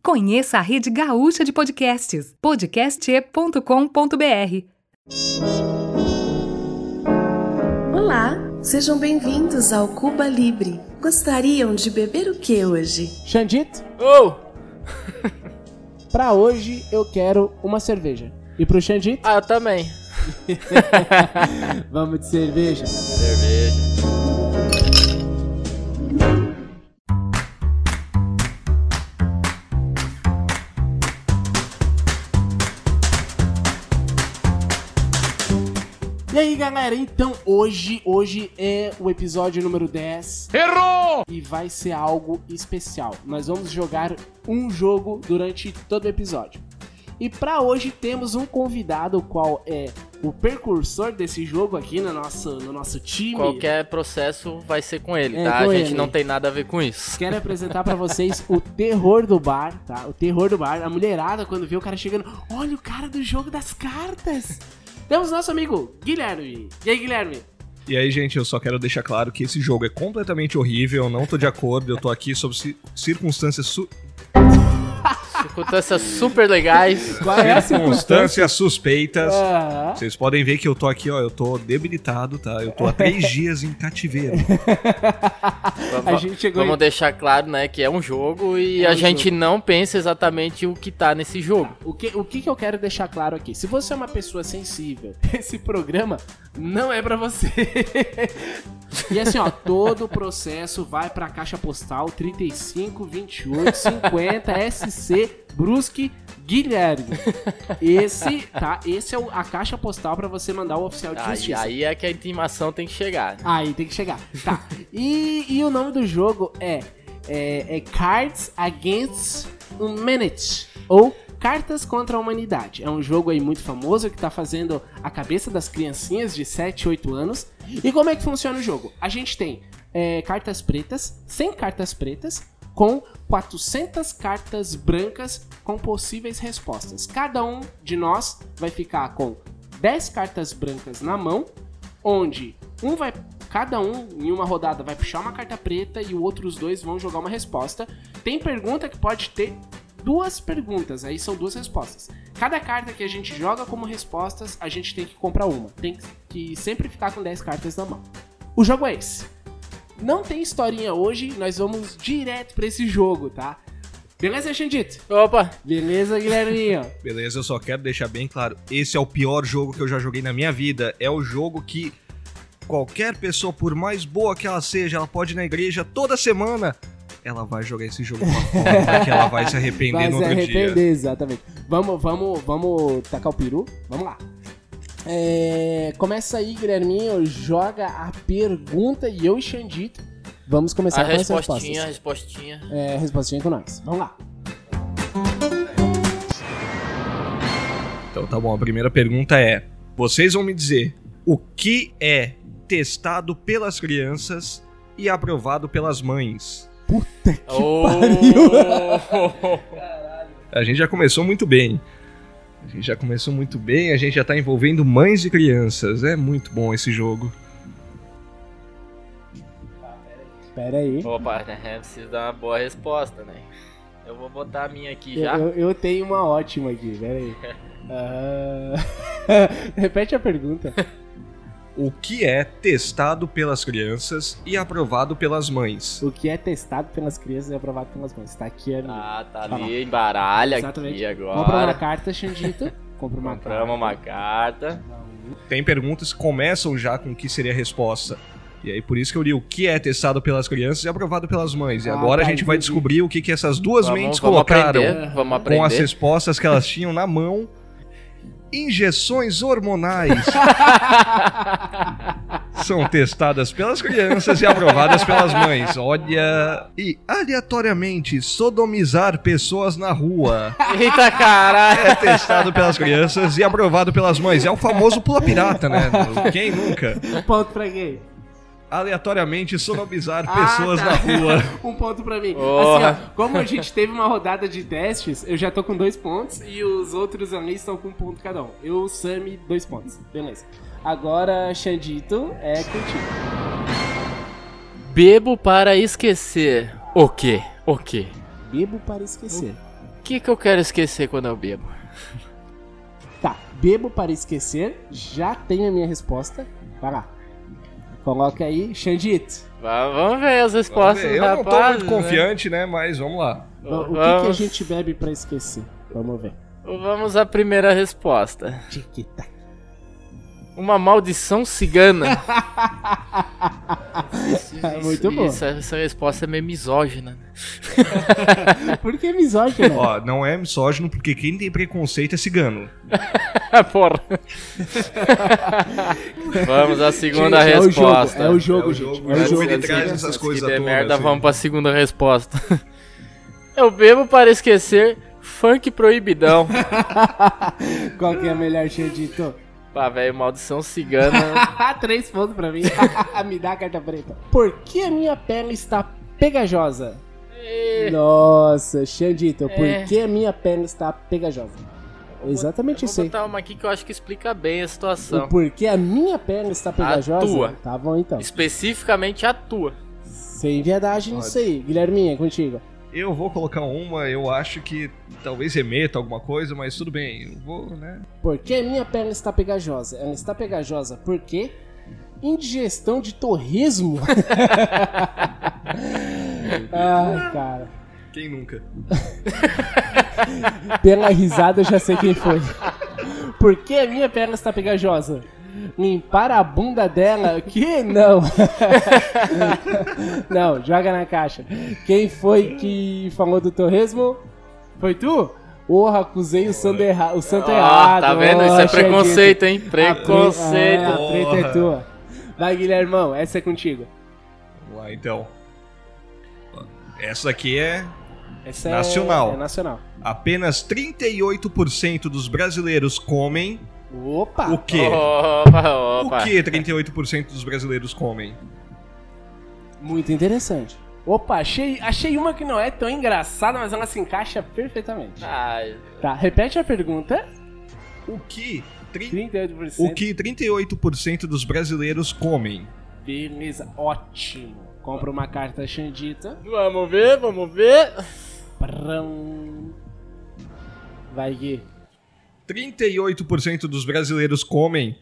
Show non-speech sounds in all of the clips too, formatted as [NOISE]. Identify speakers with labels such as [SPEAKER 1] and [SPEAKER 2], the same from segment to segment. [SPEAKER 1] Conheça a rede gaúcha de podcasts, podcast.com.br.
[SPEAKER 2] Olá, sejam bem-vindos ao Cuba Libre. Gostariam de beber o que hoje?
[SPEAKER 3] Xandit,
[SPEAKER 4] Oh!
[SPEAKER 3] pra hoje eu quero uma cerveja. E pro Xandit,
[SPEAKER 4] Ah, eu também.
[SPEAKER 3] vamos de cerveja.
[SPEAKER 4] Cerveja.
[SPEAKER 3] E aí, galera, então hoje, hoje é o episódio número 10
[SPEAKER 4] Errou!
[SPEAKER 3] e vai ser algo especial. Nós vamos jogar um jogo durante todo o episódio. E pra hoje temos um convidado, o qual é o percursor desse jogo aqui no nosso, no nosso time.
[SPEAKER 4] Qualquer processo vai ser com ele,
[SPEAKER 3] É,
[SPEAKER 4] tá? A
[SPEAKER 3] com
[SPEAKER 4] gente
[SPEAKER 3] ele.
[SPEAKER 4] não tem nada a ver com isso. [LAUGHS]
[SPEAKER 3] Quero apresentar pra vocês o terror do bar, tá? O terror do bar. A mulherada, quando vê o cara chegando, olha o cara do jogo das cartas. Temos nosso amigo Guilherme. E aí, Guilherme?
[SPEAKER 5] E aí, gente, eu só quero deixar claro que esse jogo é completamente horrível, eu não tô de acordo, eu tô aqui sob ci- circunstâncias su-
[SPEAKER 4] Circunstâncias super legais.
[SPEAKER 3] Qual é a
[SPEAKER 5] circunstâncias suspeitas.
[SPEAKER 3] Ah,
[SPEAKER 5] Vocês podem ver que eu tô aqui, ó, eu tô debilitado, tá? Eu tô há
[SPEAKER 3] [LAUGHS]
[SPEAKER 5] três dias em cativeiro.
[SPEAKER 3] a gente chegou
[SPEAKER 4] Vamos
[SPEAKER 3] em...
[SPEAKER 4] deixar claro, né, que é um jogo e
[SPEAKER 3] É
[SPEAKER 4] a
[SPEAKER 3] um
[SPEAKER 4] gente não pensa exatamente o que tá nesse jogo.
[SPEAKER 3] o que O que que eu quero deixar claro aqui? Se você é uma pessoa sensível, [LAUGHS] esse programa não é pra você. E assim, ó, todo o processo vai pra caixa postal 352850 SC Brusque Guilherme. Esse, tá? Esse é o- a caixa postal pra você mandar o oficial de
[SPEAKER 4] Aí,
[SPEAKER 3] justiça.
[SPEAKER 4] aí é que a intimação tem que chegar. né?
[SPEAKER 3] Aí tem que chegar. Tá. E, e o nome do jogo é, é, é Cards Against Humanity. Ou Cartas contra a Humanidade. É um jogo aí muito famoso que tá fazendo a cabeça das criancinhas de 7, 8 anos. E como é que funciona o jogo? A gente tem é, cartas pretas, 100 cartas pretas, com 400 cartas brancas com possíveis respostas. Cada um de nós vai ficar com 10 cartas brancas na mão onde um vai cada um em uma rodada vai puxar uma carta preta e o outro os dois vão jogar uma resposta. Tem pergunta que pode ter duas perguntas, aí são duas respostas. Cada carta que a gente joga como respostas, a gente tem que comprar uma. Tem que sempre ficar com 10 cartas na mão. O jogo é esse. Não tem historinha hoje, nós vamos direto pra esse jogo, tá? Beleza, Xandito?
[SPEAKER 4] Opa!
[SPEAKER 3] Beleza, Guilherminho?
[SPEAKER 5] Beleza, eu só quero deixar bem claro, esse é o pior jogo que eu já joguei na minha vida. É o jogo que qualquer pessoa, por mais boa que ela seja, ela pode ir na igreja toda semana, ela vai jogar esse jogo pra fora, que ela vai se arrepender
[SPEAKER 3] [LAUGHS] Vai
[SPEAKER 5] no
[SPEAKER 3] se
[SPEAKER 5] outro
[SPEAKER 3] é arrepender,
[SPEAKER 5] dia.
[SPEAKER 3] exatamente. Vamos, vamos, vamos tacar o peru? Vamos lá. É, começa aí, Guilherminho, joga a pergunta e eu e Xandito vamos começar
[SPEAKER 4] A
[SPEAKER 3] com as
[SPEAKER 4] respostinha, a
[SPEAKER 3] respostas.
[SPEAKER 4] respostinha.
[SPEAKER 3] É, respostinha com nós. Vamos lá.
[SPEAKER 5] Então tá bom, a primeira pergunta é: vocês vão me dizer o que é testado pelas crianças e aprovado pelas mães?
[SPEAKER 4] Oh!
[SPEAKER 5] A gente já começou muito bem. A gente já começou muito bem, a gente já tá envolvendo mães e crianças. É muito bom esse jogo.
[SPEAKER 3] Pera aí.
[SPEAKER 4] [LAUGHS] Opa, né? Preciso dar uma boa resposta, né? Eu vou botar a minha aqui
[SPEAKER 3] Eu,
[SPEAKER 4] já.
[SPEAKER 3] eu- eu tenho uma ótima aqui, pera
[SPEAKER 4] [LAUGHS]
[SPEAKER 3] aí. Ah, [LAUGHS] Repete a pergunta.
[SPEAKER 5] O que é testado pelas crianças e aprovado pelas mães?
[SPEAKER 3] O que é testado pelas crianças e aprovado pelas mães? Tá aqui a minha.
[SPEAKER 4] Ah, tá
[SPEAKER 3] Tá lá.
[SPEAKER 4] ali, embaralha
[SPEAKER 3] Exatamente.
[SPEAKER 4] aqui
[SPEAKER 3] Compra uma
[SPEAKER 4] agora.
[SPEAKER 3] carta, Xandito. Compra uma
[SPEAKER 4] Compramos uma carta.
[SPEAKER 5] Tem perguntas que começam já com o que seria a resposta. E aí, por isso que eu li o que é testado pelas crianças e aprovado pelas mães. E
[SPEAKER 3] Ah,
[SPEAKER 5] agora
[SPEAKER 3] tá,
[SPEAKER 5] a gente vai
[SPEAKER 3] entendi.
[SPEAKER 5] descobrir o que, que essas duas mentes colocaram.
[SPEAKER 4] aprender, vamos
[SPEAKER 5] com um as
[SPEAKER 4] aprender.
[SPEAKER 5] respostas que elas tinham na mão. Injeções
[SPEAKER 4] [LAUGHS]
[SPEAKER 5] hormonais são testadas pelas crianças e aprovadas pelas mães. Olha. E aleatoriamente sodomizar pessoas na rua
[SPEAKER 4] Eita caralho!
[SPEAKER 5] é testado pelas crianças e aprovado pelas mães. É o famoso pula pirata, né? Quem nunca?
[SPEAKER 3] Um ponto pra quem?
[SPEAKER 5] Aleatoriamente sodomizar
[SPEAKER 3] Ah,
[SPEAKER 5] pessoas
[SPEAKER 3] tá.
[SPEAKER 5] na rua.
[SPEAKER 3] [LAUGHS] Um ponto pra mim.
[SPEAKER 4] Porra.
[SPEAKER 3] Assim, ó, como a gente teve uma rodada de testes, eu já tô com dois pontos e os outros ali estão com um ponto cada um. Eu, Sami, dois pontos. Beleza. Agora, Xandito, é contigo.
[SPEAKER 4] Bebo para esquecer. O quê? O quê?
[SPEAKER 3] Bebo para esquecer.
[SPEAKER 4] que, que eu quero esquecer quando eu bebo?
[SPEAKER 3] Tá, bebo para esquecer, já tenho a minha resposta. Vai lá. Coloca aí, Xandito.
[SPEAKER 4] Va- Vamos ver as respostas
[SPEAKER 5] Vamos ver,
[SPEAKER 4] do
[SPEAKER 5] Eu não tô
[SPEAKER 4] rapaz,
[SPEAKER 5] muito
[SPEAKER 4] né?
[SPEAKER 5] confiante, né? Mas vamos lá.
[SPEAKER 3] O que, que a
[SPEAKER 4] Vamos.
[SPEAKER 3] gente bebe para esquecer? Vamos ver.
[SPEAKER 4] Vamos à primeira resposta.
[SPEAKER 3] Tic-tac.
[SPEAKER 4] Uma maldição cigana. Isso-
[SPEAKER 3] [LAUGHS] É
[SPEAKER 4] isso-
[SPEAKER 3] muito bom.
[SPEAKER 4] isso- essa resposta é meio misógina.
[SPEAKER 3] Por que misógino?
[SPEAKER 5] Ó, não é misógino porque quem tem preconceito é cigano.
[SPEAKER 4] [LAUGHS] Porra. [LAUGHS] Vamos à segunda
[SPEAKER 3] Gente,
[SPEAKER 4] resposta.
[SPEAKER 3] É o jogo, é o jogo,
[SPEAKER 5] É
[SPEAKER 3] gente. É
[SPEAKER 5] o jogo,
[SPEAKER 3] o
[SPEAKER 5] né?
[SPEAKER 3] jogo.
[SPEAKER 5] Ele
[SPEAKER 4] Antes-
[SPEAKER 5] traz
[SPEAKER 4] antes
[SPEAKER 5] essas
[SPEAKER 4] que
[SPEAKER 5] coisas à
[SPEAKER 4] dê
[SPEAKER 5] tona,
[SPEAKER 4] merda,
[SPEAKER 5] assim.
[SPEAKER 4] vamos pra segunda resposta. [LAUGHS] Eu bebo para esquecer funk
[SPEAKER 5] [LAUGHS]
[SPEAKER 4] proibidão.
[SPEAKER 3] [LAUGHS] Qual que é a melhor, Xandito?
[SPEAKER 4] Pá, velho, maldição cigana.
[SPEAKER 3] [LAUGHS] Três pontos pra mim. [LAUGHS] Me dá a carta preta. Por que a minha pele está pegajosa? É. Nossa, Xandito,
[SPEAKER 4] É.
[SPEAKER 3] por que a minha pele está pegajosa? Exatamente assim.
[SPEAKER 4] Eu
[SPEAKER 3] isso
[SPEAKER 4] Vou
[SPEAKER 3] aí.
[SPEAKER 4] botar uma aqui que eu acho que explica bem a
[SPEAKER 3] O
[SPEAKER 4] situação.
[SPEAKER 3] porquê a minha pele está pegajosa?
[SPEAKER 4] tua.
[SPEAKER 3] Tá bom então.
[SPEAKER 4] Especificamente a tua.
[SPEAKER 3] Sem viadagem nisso aí. Guilherminha, é contigo.
[SPEAKER 5] Eu vou colocar uma, eu acho que talvez remeta alguma coisa, mas tudo bem. Eu vou, né?
[SPEAKER 3] Por que a minha perna está pegajosa? Ela está pegajosa porque indigestão de
[SPEAKER 4] [LAUGHS]
[SPEAKER 3] torresmo. Ai, cara.
[SPEAKER 5] Quem nunca?
[SPEAKER 3] Pela risada eu já sei quem foi. Por que a minha perna está pegajosa? Limpar a bunda dela? Que não. [LAUGHS] não, joga na caixa. Quem foi que falou do torresmo? Foi tu? Porra, acusei o santo erra- o santo
[SPEAKER 4] Ó,
[SPEAKER 3] errado.
[SPEAKER 4] tá vendo? Isso
[SPEAKER 3] Ó,
[SPEAKER 4] é
[SPEAKER 3] Xandito.
[SPEAKER 4] preconceito, hein?
[SPEAKER 3] A pre- É,
[SPEAKER 4] Preconceito.
[SPEAKER 3] a treta é tua. Vai, Guilhermão, essa é contigo.
[SPEAKER 5] Vamos lá, então. Essa aqui é
[SPEAKER 3] Essa é-
[SPEAKER 5] Nacional.
[SPEAKER 3] É nacional.
[SPEAKER 5] Apenas 38% dos brasileiros comem.
[SPEAKER 3] Opa!
[SPEAKER 5] O quê?
[SPEAKER 4] Ah, Opa, opa.
[SPEAKER 5] O que 38% dos brasileiros comem?
[SPEAKER 3] Muito interessante. Opa, achei, achei uma que não é tão engraçada, mas ela se encaixa perfeitamente.
[SPEAKER 4] Ai,
[SPEAKER 3] Tá, repete a pergunta.
[SPEAKER 5] O que? Tri-
[SPEAKER 3] 38%.
[SPEAKER 5] O que 38% dos brasileiros comem?
[SPEAKER 3] Beleza, ótimo. Compra uma carta Xandita.
[SPEAKER 4] vamos ver, vamos ver.
[SPEAKER 3] Prrrrão. Vai,
[SPEAKER 4] [LAUGHS]
[SPEAKER 3] Gui.
[SPEAKER 5] 38% dos brasileiros comem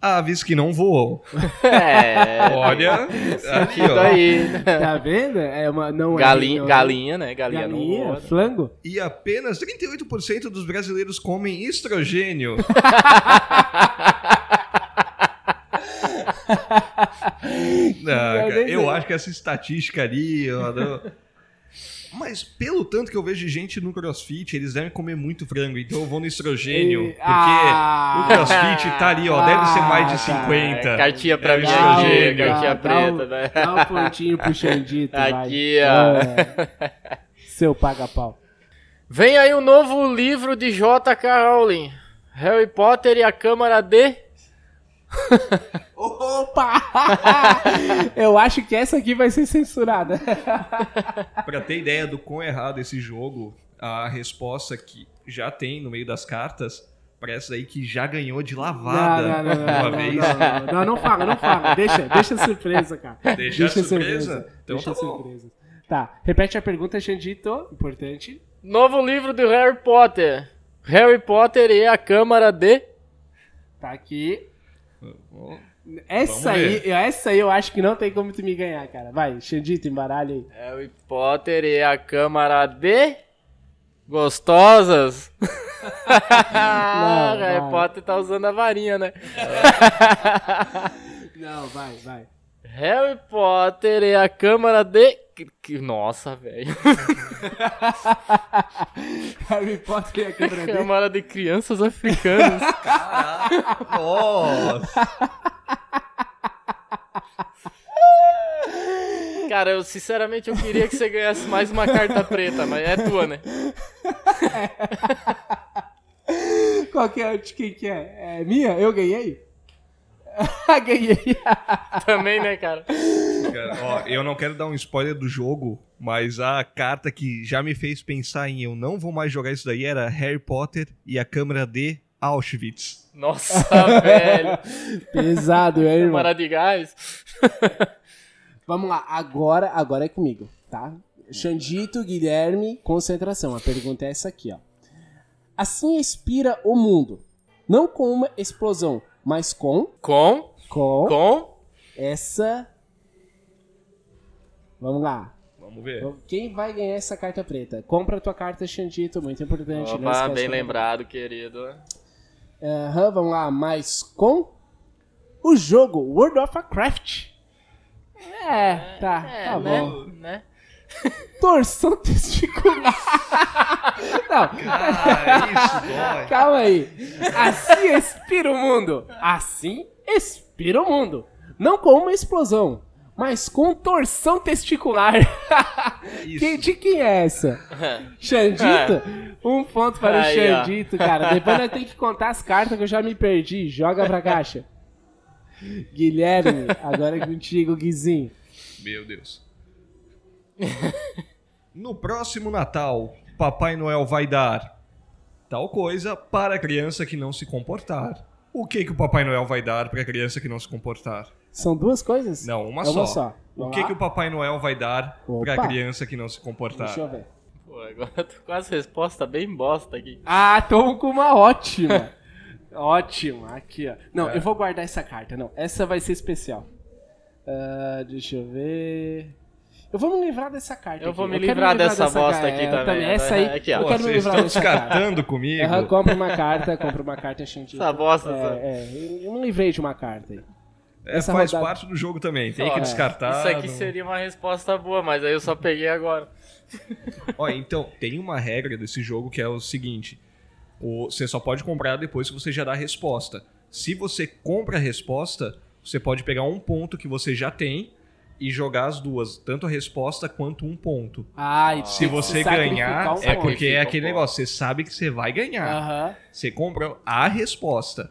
[SPEAKER 5] aves que não voam.
[SPEAKER 4] [LAUGHS] É.
[SPEAKER 5] Olha, aqui
[SPEAKER 4] Isso
[SPEAKER 5] ó.
[SPEAKER 4] aí.
[SPEAKER 3] Tá vendo? É uma, não é-
[SPEAKER 4] Galinha,
[SPEAKER 3] não é,
[SPEAKER 4] galinha, né? Galinha,
[SPEAKER 3] Galinha,
[SPEAKER 4] não voa.
[SPEAKER 3] flango.
[SPEAKER 5] E apenas 38% dos brasileiros comem
[SPEAKER 3] [LAUGHS]
[SPEAKER 5] estrogênio. Não, Ah, cara,
[SPEAKER 3] nem sei.
[SPEAKER 5] eu acho que essa estatística ali. ó, não- Mas pelo tanto que eu vejo de gente no crossfit, eles devem comer muito frango. Então eu vou no estrogênio.
[SPEAKER 3] E-
[SPEAKER 5] Porque
[SPEAKER 3] Ah!
[SPEAKER 5] o crossfit tá ali, ó. Deve ser mais
[SPEAKER 3] Ah, cara,
[SPEAKER 5] de 50.
[SPEAKER 4] É, Cartinha pra mim,
[SPEAKER 5] Dá um-
[SPEAKER 4] Gê, cartinha
[SPEAKER 3] É dá-
[SPEAKER 4] preta,
[SPEAKER 3] dá um-
[SPEAKER 4] né?
[SPEAKER 3] Dá um pontinho pro Xandito, vai.
[SPEAKER 4] Aqui, ó.
[SPEAKER 3] É. Seu paga-pau.
[SPEAKER 4] Vem aí um novo livro de J.K. Rowling. Harry Potter e a Câmara de...
[SPEAKER 3] Opa! [LAUGHS] Eu acho que essa aqui vai ser censurada.
[SPEAKER 5] Pra ter ideia do quão errado esse jogo, a resposta que já tem no meio das cartas, parece aí que já ganhou de lavada
[SPEAKER 3] não, não, não,
[SPEAKER 5] uma
[SPEAKER 3] não,
[SPEAKER 5] vez.
[SPEAKER 3] Não, não, não, não fala, não fala. Deixa, deixa surpresa, cara.
[SPEAKER 5] Deixa surpresa? Então
[SPEAKER 3] deixa
[SPEAKER 5] tá bom.
[SPEAKER 3] surpresa. Tá, repete a pergunta, Xandito. Importante.
[SPEAKER 4] Novo livro do Harry Potter. Harry Potter e a Câmara de...
[SPEAKER 3] Tá aqui.
[SPEAKER 5] Ó, Vamos
[SPEAKER 3] Essa aí,
[SPEAKER 5] ver.
[SPEAKER 3] essa aí eu acho que não tem como tu me ganhar, cara. Vai, Xandito, embaralha aí.
[SPEAKER 4] Harry Potter e a Câmara de... Gostosas?
[SPEAKER 3] [LAUGHS] Não,
[SPEAKER 4] [LAUGHS] Harry
[SPEAKER 3] vai.
[SPEAKER 4] Potter tá usando a varinha,
[SPEAKER 3] [LAUGHS]
[SPEAKER 4] né?
[SPEAKER 3] Não, vai, vai. [LAUGHS]
[SPEAKER 4] Harry Potter e a Câmara de... que- que- Nossa, velho. [LAUGHS]
[SPEAKER 3] Harry Potter e a
[SPEAKER 4] [LAUGHS]
[SPEAKER 3] câmera dele.
[SPEAKER 4] Câmara de Crianças Africanas.
[SPEAKER 5] Nossa!
[SPEAKER 4] Cara, eu sinceramente eu queria que você ganhasse mais uma carta preta, mas é tua, né?
[SPEAKER 3] [LAUGHS] Qual que é? De quem que é? É minha? Eu ganhei? [LAUGHS] ganhei.
[SPEAKER 4] Também, né, cara?
[SPEAKER 5] Cara, ó, eu não quero dar um spoiler do jogo, mas a carta que já me fez pensar em eu não vou mais jogar isso daí era Harry Potter e a Câmara de Auschwitz.
[SPEAKER 4] Nossa,
[SPEAKER 3] [LAUGHS]
[SPEAKER 4] velho.
[SPEAKER 3] Pesado, hein, irmão?
[SPEAKER 4] Câmara de gás.
[SPEAKER 3] Vamos lá, agora, agora é comigo, tá? Xandito, Guilherme, concentração. A pergunta é essa aqui, ó. Assim expira o mundo. Não com uma explosão, mas com.
[SPEAKER 4] Com,
[SPEAKER 3] Com.
[SPEAKER 4] com,
[SPEAKER 3] Essa. Vamos lá.
[SPEAKER 5] Vamos
[SPEAKER 4] É.
[SPEAKER 5] ver.
[SPEAKER 3] Quem vai ganhar essa carta preta? Compra a tua carta, Xandito, muito importante. não
[SPEAKER 4] opa,
[SPEAKER 3] esquece
[SPEAKER 4] bem
[SPEAKER 3] de comprar.
[SPEAKER 4] lembrado, querido.
[SPEAKER 3] Aham, vamos lá, mas com o jogo World of Warcraft. É, tá, tá
[SPEAKER 4] né?
[SPEAKER 3] bom.
[SPEAKER 4] né?
[SPEAKER 3] Torção [LAUGHS] testicular. Não,
[SPEAKER 5] Ah, isso
[SPEAKER 3] calma aí. Assim expira o mundo. Assim expira o mundo. Não com uma explosão, mas com torção testicular. [LAUGHS]
[SPEAKER 5] Isso.
[SPEAKER 3] Que, de quem é essa? Xandito? Um ponto para
[SPEAKER 4] Aí,
[SPEAKER 3] o
[SPEAKER 4] ó.
[SPEAKER 3] Xandito, cara. Depois nós temos que contar as cartas que eu já me perdi. Joga pra caixa. Guilherme, agora é contigo, Guizinho.
[SPEAKER 5] dói. [LAUGHS] Meu Deus. No próximo Natal, Papai Noel vai dar tal coisa para a criança que não se comportar. O que, que o Papai Noel vai dar para a criança que não se comportar?
[SPEAKER 3] São duas coisas?
[SPEAKER 5] Não, uma
[SPEAKER 3] É
[SPEAKER 5] só.
[SPEAKER 3] Uma só.
[SPEAKER 5] O
[SPEAKER 3] Vamos
[SPEAKER 5] que,
[SPEAKER 3] lá?
[SPEAKER 5] que o Papai Noel vai dar para
[SPEAKER 3] Opa.
[SPEAKER 5] a criança que não se comportar?
[SPEAKER 3] Deixa eu ver.
[SPEAKER 4] [LAUGHS] Pô, agora eu tô com as respostas bem bosta aqui.
[SPEAKER 3] Ah, tô com uma ótima. [LAUGHS] ótima, aqui, ó. Não,
[SPEAKER 5] É.
[SPEAKER 3] eu vou guardar essa carta, não. Essa vai ser especial. Ah, deixa eu ver. Eu vou me livrar dessa carta.
[SPEAKER 4] Eu
[SPEAKER 3] aqui.
[SPEAKER 4] vou me
[SPEAKER 3] quero
[SPEAKER 4] livrar dessa bosta
[SPEAKER 3] carta.
[SPEAKER 4] aqui
[SPEAKER 3] É, eu
[SPEAKER 4] também.
[SPEAKER 3] Essa aí.
[SPEAKER 4] Aqui, ó.
[SPEAKER 3] eu
[SPEAKER 5] Pô,
[SPEAKER 3] quero me
[SPEAKER 5] vocês
[SPEAKER 3] livrar
[SPEAKER 5] estão
[SPEAKER 3] dessa carta.
[SPEAKER 5] descartando comigo?
[SPEAKER 3] Aham, compra uma carta, compra uma carta, Xandito.
[SPEAKER 4] Essa bosta, essa-
[SPEAKER 3] É, é, eu me livrei de uma carta aí.
[SPEAKER 5] É,
[SPEAKER 3] Essa
[SPEAKER 5] faz
[SPEAKER 3] rodada-
[SPEAKER 5] parte do jogo também, tem
[SPEAKER 4] Ó,
[SPEAKER 5] que descartar.
[SPEAKER 4] Isso aqui
[SPEAKER 5] não-
[SPEAKER 4] seria uma resposta boa, mas aí eu só peguei agora.
[SPEAKER 5] Ó, então, tem uma regra desse jogo que é o seguinte: o- você só pode comprar depois que você já dá a resposta. Se você compra a resposta, você pode pegar um ponto que você já tem e jogar as duas, tanto a resposta quanto um ponto.
[SPEAKER 3] Ah, e
[SPEAKER 5] Se
[SPEAKER 3] tem que
[SPEAKER 5] você
[SPEAKER 3] sacrificar
[SPEAKER 5] ganhar,
[SPEAKER 3] um
[SPEAKER 5] é
[SPEAKER 3] ponto. Ah.
[SPEAKER 5] porque é
[SPEAKER 4] Sacrifica um
[SPEAKER 5] aquele
[SPEAKER 4] ponto.
[SPEAKER 5] negócio, você sabe que você vai ganhar.
[SPEAKER 3] Aham.
[SPEAKER 5] Você compra a resposta.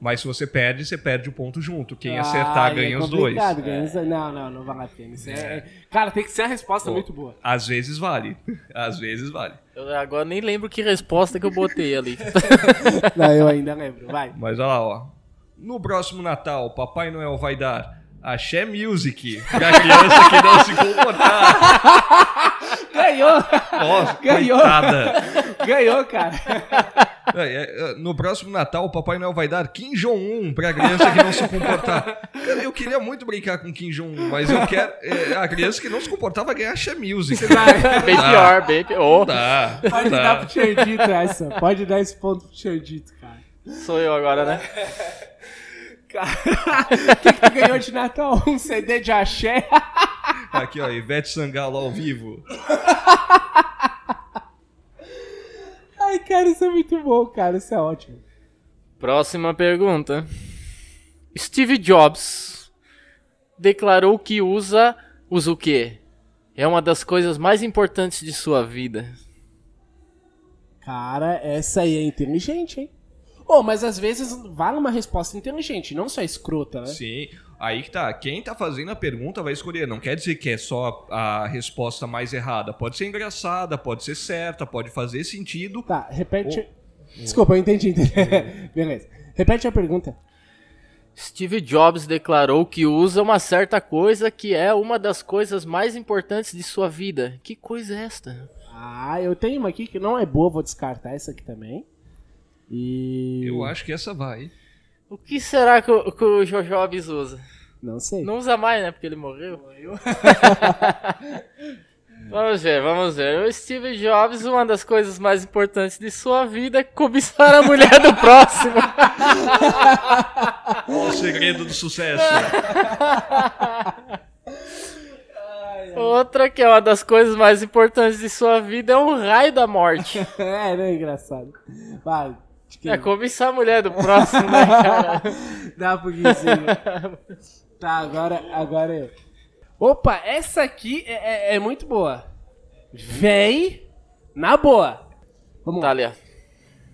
[SPEAKER 5] Mas se você perde, você perde o ponto junto. Quem
[SPEAKER 3] Ah,
[SPEAKER 5] acertar
[SPEAKER 3] é
[SPEAKER 5] ganha os dois.
[SPEAKER 3] complicado, ganha os dois. Não, não, não vale a pena. Isso é- Cara, tem que ser a resposta muito boa.
[SPEAKER 5] Às vezes vale. Às vezes vale.
[SPEAKER 4] Eu agora nem lembro que resposta que eu botei ali. [LAUGHS]
[SPEAKER 3] Não, eu ainda lembro, vai.
[SPEAKER 5] Mas olha lá, ó. No próximo Natal, Papai Noel vai dar Axé Music pra criança que não se comportar.
[SPEAKER 3] Ganhou!
[SPEAKER 5] Nossa,
[SPEAKER 3] [LAUGHS] Ganhou.
[SPEAKER 5] coitada.
[SPEAKER 3] Ganhou,
[SPEAKER 5] [LAUGHS]
[SPEAKER 3] cara.
[SPEAKER 5] É, é, é, No próximo Natal, Papai Noel vai dar Kim Jong-un pra criança que não se comportar. Cara, eu queria muito brincar com Kim Jong-un, mas eu quero... é, a criança que não se comportar vai ganhar Axé Music.
[SPEAKER 4] bem pior, bem
[SPEAKER 5] Não
[SPEAKER 4] pior.
[SPEAKER 5] dá,
[SPEAKER 3] Pode
[SPEAKER 5] não
[SPEAKER 3] dar pro
[SPEAKER 5] dá.
[SPEAKER 3] Tierdito essa. Pode dar esse ponto pro Tierdito, cara. [LAUGHS]
[SPEAKER 4] Sou eu agora, né?
[SPEAKER 3] O que, que tu ganhou de Natal? Um CD de axé?
[SPEAKER 5] Aqui, ó, Ivete Sangalo ao vivo.
[SPEAKER 3] Ai, cara, isso é muito bom, cara. Isso é ótimo.
[SPEAKER 4] Próxima pergunta. Steve Jobs declarou que usa usa o quê? É uma das coisas mais importantes de sua vida.
[SPEAKER 3] Cara, essa aí é inteligente, hein? Ô, mas às vezes vale uma resposta inteligente, não só escrota, né?
[SPEAKER 5] Sim. Aí que tá. Quem tá fazendo a pergunta vai escolher. Não quer dizer que é só a resposta mais errada. Pode ser engraçada, pode ser certa, pode fazer sentido.
[SPEAKER 3] Tá, repete. Desculpa, eu entendi. [LAUGHS] Beleza. Repete a pergunta.
[SPEAKER 4] Steve Jobs declarou que usa uma certa coisa que é uma das coisas mais importantes de sua vida. Que coisa é esta?
[SPEAKER 3] Ah, eu tenho uma aqui que não é boa, vou descartar essa aqui também. E.
[SPEAKER 5] Eu acho que essa vai.
[SPEAKER 4] O que será que o, que o Joe Jobs usa?
[SPEAKER 3] Não sei.
[SPEAKER 4] Não usa mais, né? Porque ele morreu. [LAUGHS] vamos ver, vamos ver. O Steve Jobs, uma das coisas mais importantes de sua vida é cobiçar a mulher do
[SPEAKER 3] [LAUGHS]
[SPEAKER 4] próximo.
[SPEAKER 5] Ó, o segredo do sucesso.
[SPEAKER 4] Outra que é uma das coisas mais importantes de sua vida é o raio da morte.
[SPEAKER 3] [LAUGHS] É, não é engraçado. Vai. de quem?
[SPEAKER 4] É cobiçar a mulher do próximo,
[SPEAKER 3] [LAUGHS]
[SPEAKER 4] né, cara?
[SPEAKER 3] Dá um pro Guizinho. tá, agora, agora eu. Opa, essa aqui é, é- é muito boa. Véi, na boa. Vamos
[SPEAKER 4] Tá
[SPEAKER 3] lá.
[SPEAKER 4] ali, ó.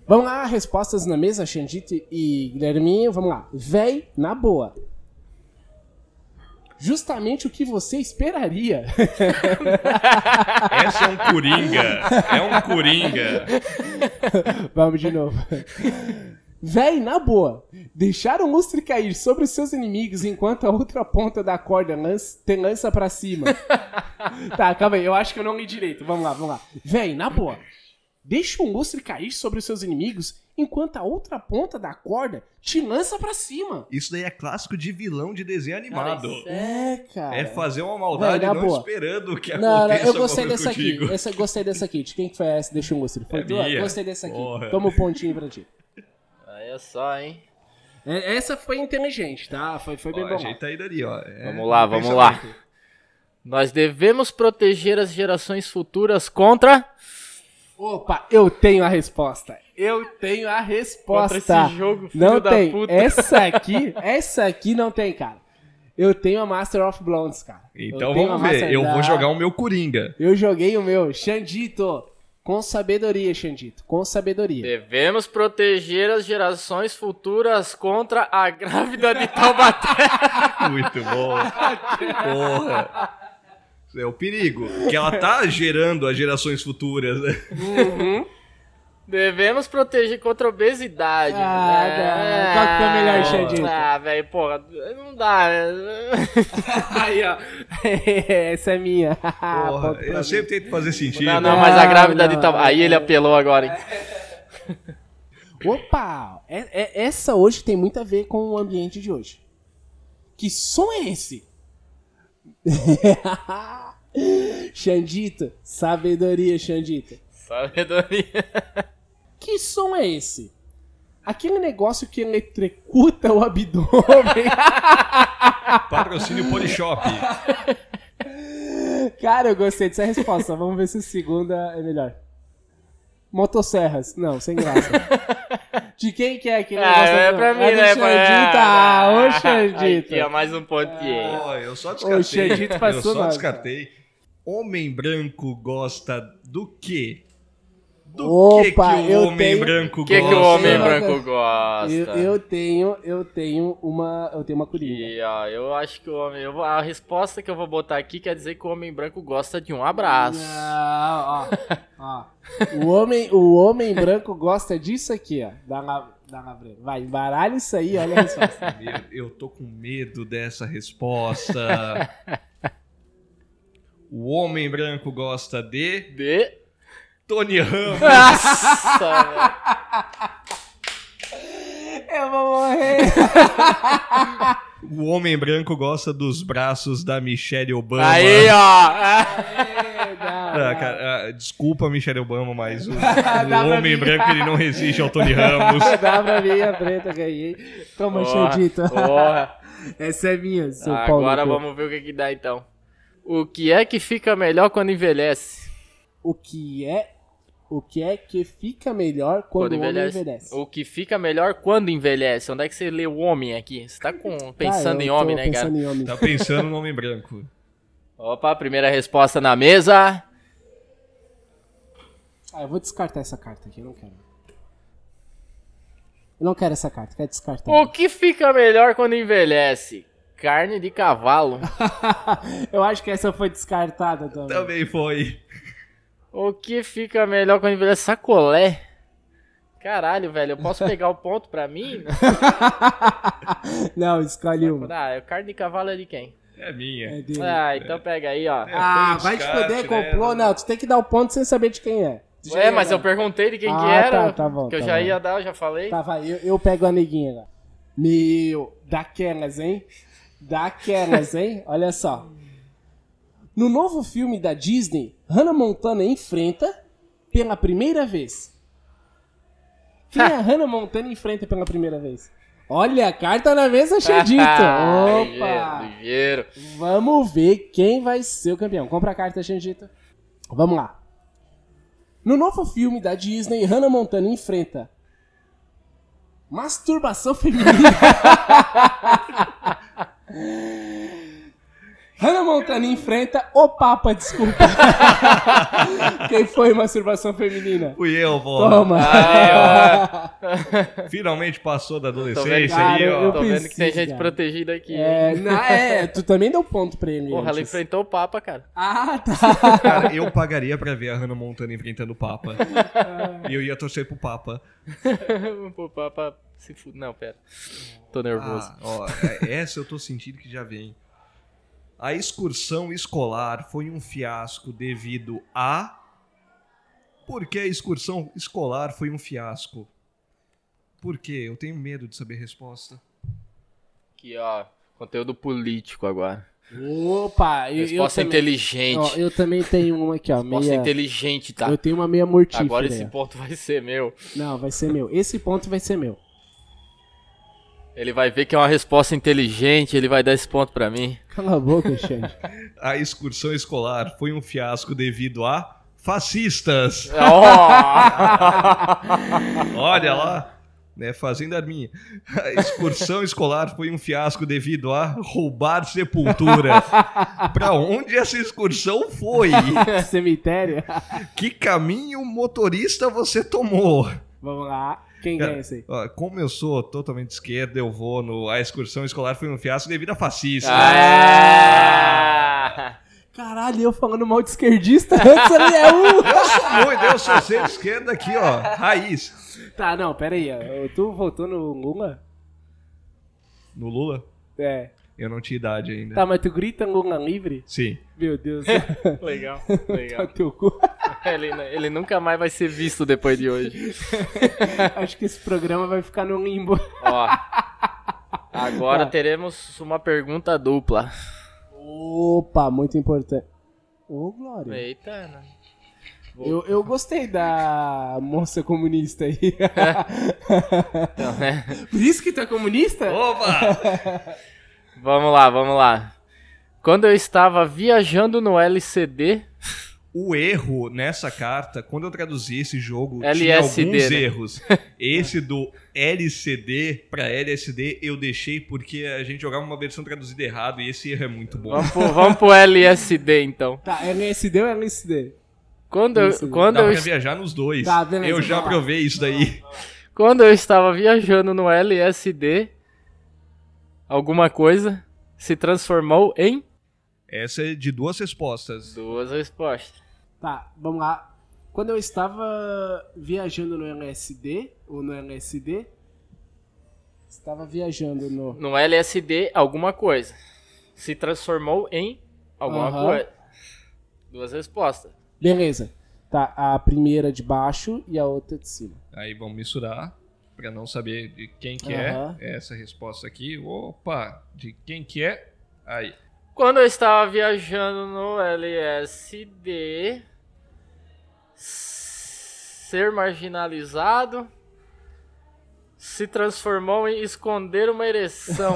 [SPEAKER 3] Vamos lá, respostas na mesa, Xandito e Guilherminho. Vamos lá. Véi, na boa. Justamente o que você esperaria.
[SPEAKER 5] [LAUGHS]
[SPEAKER 3] [LAUGHS]
[SPEAKER 5] Essa é um coringa. É um coringa.
[SPEAKER 3] [LAUGHS] Vamos de novo. Véi, na boa, deixar o lustre cair sobre os seus inimigos enquanto a outra ponta da corda lança, te lança pra cima. tá, calma aí, eu acho que eu não li direito. Vamos lá, vamos lá. Véi, na boa, deixa o lustre cair sobre os seus inimigos enquanto a outra ponta da corda te lança pra cima.
[SPEAKER 5] Isso daí é clássico de vilão de desenho animado.
[SPEAKER 3] É, cara.
[SPEAKER 5] é fazer uma maldade
[SPEAKER 3] Velho, na
[SPEAKER 5] não
[SPEAKER 3] boa.
[SPEAKER 5] esperando que
[SPEAKER 3] Não, não,
[SPEAKER 5] aconteça
[SPEAKER 3] eu gostei
[SPEAKER 5] alguma coisa
[SPEAKER 3] dessa aqui.
[SPEAKER 5] contigo.
[SPEAKER 3] Essa, gostei dessa aqui. De quem que foi essa? Deixa eu mostrar. Foi
[SPEAKER 5] É
[SPEAKER 3] tua?
[SPEAKER 5] minha.
[SPEAKER 3] Gostei dessa aqui.
[SPEAKER 5] Porra.
[SPEAKER 3] Toma um pontinho pra ti.
[SPEAKER 4] Aí é só, hein?
[SPEAKER 3] É, Essa foi inteligente, tá? Foi, foi bem
[SPEAKER 5] Ó,
[SPEAKER 3] bom.
[SPEAKER 5] ajeita aí dali, ó. É
[SPEAKER 4] Vamos lá,
[SPEAKER 5] um
[SPEAKER 4] vamos lá.
[SPEAKER 5] pensamento.
[SPEAKER 4] Nós devemos proteger as gerações futuras contra.
[SPEAKER 3] Opa, eu tenho a resposta. Eu tenho a resposta.
[SPEAKER 4] Contra esse jogo, filho
[SPEAKER 3] não
[SPEAKER 4] da
[SPEAKER 3] tem. É
[SPEAKER 4] puta.
[SPEAKER 3] Essa
[SPEAKER 5] [LAUGHS]
[SPEAKER 3] aqui, essa aqui não tem, cara. Eu tenho a Master of Blondes, cara. Eu
[SPEAKER 5] Então
[SPEAKER 3] tenho a
[SPEAKER 5] vamos ver.
[SPEAKER 3] Master
[SPEAKER 5] Eu
[SPEAKER 3] da-
[SPEAKER 5] vou jogar um- o meu Coringa.
[SPEAKER 3] Eu joguei o meu, Xandito. Com sabedoria, Xandito. Com sabedoria.
[SPEAKER 5] É.
[SPEAKER 4] Devemos proteger as gerações futuras contra a grávida de Taubaté.
[SPEAKER 3] [LAUGHS]
[SPEAKER 5] Muito bom. Porra. Isso É o perigo. Que ela tá gerando as gerações futuras, né?
[SPEAKER 4] Devemos proteger contra a obesidade.
[SPEAKER 3] Ah, não. Qual que foi o melhor,
[SPEAKER 4] Ah,
[SPEAKER 3] Xandito?
[SPEAKER 4] Ah, velho, porra, não dá. né?
[SPEAKER 3] [LAUGHS] Aí, ó. [LAUGHS] Essa é minha. [LAUGHS] Ponto
[SPEAKER 5] Porra,
[SPEAKER 3] pra
[SPEAKER 5] eu
[SPEAKER 3] mim.
[SPEAKER 5] sempre tento fazer sentido.
[SPEAKER 4] Não, não, mas a grávida
[SPEAKER 3] Não,
[SPEAKER 4] de Taubaté. Aí ele apelou agora, hein?
[SPEAKER 3] Opa! É- é- essa hoje tem muito a ver com o ambiente de hoje. Que som é esse? [LAUGHS] Xandita, sabedoria, Xandita.
[SPEAKER 4] Sabedoria.
[SPEAKER 3] Que som é esse? Aquele negócio que eletricuta o abdômen. [LAUGHS]
[SPEAKER 5] Patrocínio Polishop.
[SPEAKER 3] Cara, eu gostei dessa resposta. Vamos ver se a segunda é melhor. Motosserras. Não, sem graça.
[SPEAKER 4] [LAUGHS]
[SPEAKER 3] De quem que é aquele
[SPEAKER 4] [LAUGHS] Ah,
[SPEAKER 3] negócio?
[SPEAKER 4] é
[SPEAKER 3] do-
[SPEAKER 4] pra mim,
[SPEAKER 3] do
[SPEAKER 4] né?
[SPEAKER 3] Xandita. Ah, ô Ah. Xandita.
[SPEAKER 4] Aqui, ó, mais um pontinho.
[SPEAKER 5] Pô, eu só descartei.
[SPEAKER 3] O Xandito
[SPEAKER 5] eu
[SPEAKER 3] passou
[SPEAKER 5] só
[SPEAKER 3] nós,
[SPEAKER 5] descartei. Homem branco gosta do quê? Do que, que
[SPEAKER 3] Opa, eu
[SPEAKER 5] o homem
[SPEAKER 3] tenho-
[SPEAKER 5] branco
[SPEAKER 4] O que, que
[SPEAKER 5] gosta?
[SPEAKER 4] o homem
[SPEAKER 3] Nossa.
[SPEAKER 4] branco gosta?
[SPEAKER 3] Eu, eu tenho, eu tenho uma, eu tenho uma coringa.
[SPEAKER 4] E, ó, eu acho que o homem. eu vou- a resposta que eu vou botar aqui quer dizer que o homem branco gosta de um abraço.
[SPEAKER 3] Ah, ó, ó. O homem, o homem branco gosta disso aqui, ó. Da, la- da lavreira. Vai, embaralha isso aí, olha a resposta.
[SPEAKER 4] [LAUGHS]
[SPEAKER 5] Meu, eu tô com medo dessa
[SPEAKER 3] [LAUGHS]
[SPEAKER 5] resposta. o homem branco gosta de
[SPEAKER 4] De.
[SPEAKER 5] Tony Ramos.
[SPEAKER 4] Nossa, velho.
[SPEAKER 3] Eu vou morrer.
[SPEAKER 5] O homem branco gosta dos braços da Michelle Obama.
[SPEAKER 4] Aí, ó.
[SPEAKER 5] Ah, cara, ah, desculpa, Michelle Obama,
[SPEAKER 3] [LAUGHS]
[SPEAKER 5] mas o,
[SPEAKER 3] pra
[SPEAKER 5] o homem
[SPEAKER 3] mim.
[SPEAKER 5] branco ele não resiste ao Tony
[SPEAKER 3] [LAUGHS]
[SPEAKER 5] Ramos.
[SPEAKER 3] Dá pra mim a preta, ganhei. Toma, Xandita.
[SPEAKER 4] Porra.
[SPEAKER 3] Essa é minha, seu pau no
[SPEAKER 4] Agora
[SPEAKER 3] cu.
[SPEAKER 4] vamos ver o que, que dá então. O que é que fica melhor quando envelhece?
[SPEAKER 3] O que é, o que é que fica melhor quando, o homem envelhece?
[SPEAKER 4] O que fica melhor quando envelhece? Onde é que você lê o homem aqui? Você tá com, pensando
[SPEAKER 3] Ah, eu
[SPEAKER 4] em
[SPEAKER 3] tô
[SPEAKER 4] homem, né, cara?
[SPEAKER 3] pensando em homem.
[SPEAKER 5] Tá pensando no homem branco.
[SPEAKER 4] Opa, primeira resposta na mesa.
[SPEAKER 3] Tá. Ah, eu vou descartar essa carta aqui, eu não quero. Eu não quero essa carta, eu quero descartar.
[SPEAKER 4] O que fica melhor quando envelhece? Carne de cavalo.
[SPEAKER 3] [LAUGHS] eu acho que essa foi descartada também.
[SPEAKER 5] Também foi.
[SPEAKER 4] O que fica melhor quando envelhece? Sacolé. Caralho, velho,
[SPEAKER 3] [LAUGHS]
[SPEAKER 4] eu posso pegar o ponto pra mim?
[SPEAKER 3] [LAUGHS] Não, escolhe uma.
[SPEAKER 4] Ah, carne de cavalo é de quem?
[SPEAKER 5] É minha.
[SPEAKER 3] É dele.
[SPEAKER 4] Ah, então pega aí, ó.
[SPEAKER 5] É,
[SPEAKER 3] ah,
[SPEAKER 5] foi
[SPEAKER 3] vai
[SPEAKER 5] um
[SPEAKER 3] te
[SPEAKER 5] descarte,
[SPEAKER 3] poder,
[SPEAKER 5] né?
[SPEAKER 3] complô. Não, tu tem que dar o ponto sem saber de quem é.
[SPEAKER 4] É, mas eu perguntei de quem
[SPEAKER 3] Ah,
[SPEAKER 4] que era.
[SPEAKER 3] tá, tá bom,
[SPEAKER 4] que eu
[SPEAKER 3] tá
[SPEAKER 4] já
[SPEAKER 3] bom.
[SPEAKER 4] ia dar, eu já falei.
[SPEAKER 3] Tá, vai, eu, eu pego a neguinha agora. Meu, daquelas, hein? Daquelas, hein? [LAUGHS] Olha só. No novo filme da Disney, Hannah Montana enfrenta pela primeira vez. Quem é a Hannah Montana enfrenta pela primeira vez? Olha, a carta na mesa, é
[SPEAKER 4] [LAUGHS]
[SPEAKER 3] Xandito.
[SPEAKER 4] ligeiro,
[SPEAKER 3] Opa!
[SPEAKER 4] ligeiro.
[SPEAKER 3] Vamos ver quem vai ser o campeão. Compra a carta, Xandito. Vamos lá. No novo filme da Disney, Hannah Montana enfrenta masturbação feminina. [LAUGHS] Hannah Montana enfrenta o Papa, desculpa. [LAUGHS] Quem foi masturbação feminina?
[SPEAKER 5] Fui eu, vó.
[SPEAKER 3] Toma.
[SPEAKER 4] Ah,
[SPEAKER 5] Finalmente passou da
[SPEAKER 4] vendo
[SPEAKER 5] adolescência
[SPEAKER 4] que-
[SPEAKER 5] aí,
[SPEAKER 3] Cara,
[SPEAKER 5] ó.
[SPEAKER 3] eu-
[SPEAKER 4] Tô vendo que tem
[SPEAKER 3] preciso,
[SPEAKER 4] gente
[SPEAKER 3] cara.
[SPEAKER 4] protegida
[SPEAKER 3] [LAUGHS]
[SPEAKER 4] aqui.
[SPEAKER 3] É, na- é, tu também deu ponto pra ele.
[SPEAKER 4] Porra, ela
[SPEAKER 3] antes.
[SPEAKER 4] enfrentou o Papa, cara. [LAUGHS]
[SPEAKER 3] Ah, tá.
[SPEAKER 5] Cara, eu pagaria pra ver a Hannah Montana enfrentando
[SPEAKER 3] [LAUGHS]
[SPEAKER 5] o Papa. e eu ia torcer pro Papa.
[SPEAKER 4] o Papa se fude. Não, pera. Tô nervoso.
[SPEAKER 5] Ah, ó, é- essa eu tô sentindo que já vem. A excursão escolar foi um fiasco devido a. Por que a excursão escolar foi um fiasco? Por quê? Eu tenho medo de saber a resposta.
[SPEAKER 3] Ah.
[SPEAKER 4] Aqui, ó. Conteúdo político agora.
[SPEAKER 3] Opa, eu, eu,
[SPEAKER 4] Resposta é
[SPEAKER 3] também,
[SPEAKER 4] inteligente.
[SPEAKER 3] ó, eu também tenho uma aqui, ó.
[SPEAKER 4] Resposta
[SPEAKER 3] Meia,
[SPEAKER 4] inteligente, tá?
[SPEAKER 3] Eu tenho uma meia mortífera.
[SPEAKER 4] Agora esse ponto vai ser meu.
[SPEAKER 3] Não, vai ser meu. Esse ponto vai ser meu.
[SPEAKER 4] Ele vai ver que é uma resposta inteligente, ele vai dar esse ponto pra [LAUGHS] mim.
[SPEAKER 3] Cala a boca, Xande.
[SPEAKER 4] [LAUGHS]
[SPEAKER 5] A excursão escolar foi um fiasco devido a fascistas. Olha lá, né, fazendo a minha. A excursão escolar foi um fiasco devido a roubar sepultura. Pra onde essa excursão foi?
[SPEAKER 3] Cemitério? [LAUGHS]
[SPEAKER 5] Que caminho motorista você tomou?
[SPEAKER 3] Vamos lá. Quem
[SPEAKER 5] Cara,
[SPEAKER 3] ganha esse aí?
[SPEAKER 5] Ó, Como eu sou totalmente de esquerda, eu vou no. A excursão escolar foi um fiasco devido a fascista.
[SPEAKER 3] é.
[SPEAKER 4] Ah!
[SPEAKER 3] Caralho, eu falando mal de esquerdista antes ele é um.
[SPEAKER 5] Eu sou muito, eu sou ser de esquerda aqui, ó. Raiz.
[SPEAKER 4] [LAUGHS]
[SPEAKER 3] Tá, não, pera aí. ó. Tu votou no Lula?
[SPEAKER 5] No Lula,
[SPEAKER 3] É.
[SPEAKER 5] eu não tinha idade ainda.
[SPEAKER 3] Tá, mas tu grita Lula livre?
[SPEAKER 5] Sim.
[SPEAKER 3] Meu
[SPEAKER 4] [LAUGHS]
[SPEAKER 3] Deus.
[SPEAKER 4] [LAUGHS] Legal,
[SPEAKER 3] Tá
[SPEAKER 4] legal.
[SPEAKER 3] teu cu.
[SPEAKER 4] Ele, ele nunca mais vai ser visto depois de hoje.
[SPEAKER 3] Acho que esse programa vai ficar no limbo.
[SPEAKER 4] Ó. Agora teremos uma pergunta dupla.
[SPEAKER 3] Opa, muito importante. Ô, Glória.
[SPEAKER 4] Eita, né?
[SPEAKER 3] Eu, eu gostei da moça comunista aí. [LAUGHS]
[SPEAKER 4] Então, né?
[SPEAKER 3] É. Por isso que tu é comunista?
[SPEAKER 5] Opa!
[SPEAKER 4] Vamos lá, vamos lá. Quando eu estava viajando no LCD,
[SPEAKER 5] O erro nessa carta, quando eu traduzi esse jogo, tinha
[SPEAKER 4] LSD,
[SPEAKER 3] [LAUGHS]
[SPEAKER 5] alguns
[SPEAKER 4] né?
[SPEAKER 5] erros. Esse do LCD pra LSD eu deixei porque a gente jogava uma versão traduzida errado e esse erro é muito bom.
[SPEAKER 4] vamos pro, vamos pro LSD então.
[SPEAKER 3] Tá, LSD ou LSD?
[SPEAKER 4] Quando eu,
[SPEAKER 3] LSD.
[SPEAKER 4] quando
[SPEAKER 5] Dá
[SPEAKER 4] eu
[SPEAKER 5] pra viajar nos dois.
[SPEAKER 3] Tá, beleza,
[SPEAKER 5] eu já
[SPEAKER 3] vai lá.
[SPEAKER 5] provei isso daí.
[SPEAKER 4] Quando eu estava viajando no LSD, alguma coisa se transformou em
[SPEAKER 5] Essa é de duas respostas.
[SPEAKER 4] duas respostas.
[SPEAKER 3] Tá, vamos lá. Quando eu estava viajando no LSD, ou no LSD, estava viajando no...
[SPEAKER 4] No LSD, alguma coisa se transformou em alguma
[SPEAKER 3] Aham.
[SPEAKER 4] coisa. Duas respostas.
[SPEAKER 3] Beleza. Tá, a primeira de baixo e a outra de [LAUGHS] cima.
[SPEAKER 5] Aí vamos misturar pra não saber de quem que
[SPEAKER 3] Aham.
[SPEAKER 5] é essa resposta aqui. Opa, de quem que é?
[SPEAKER 3] [LAUGHS]
[SPEAKER 5] Aí.
[SPEAKER 4] Quando eu estava viajando no LSD, ser marginalizado se transformou em esconder uma ereção.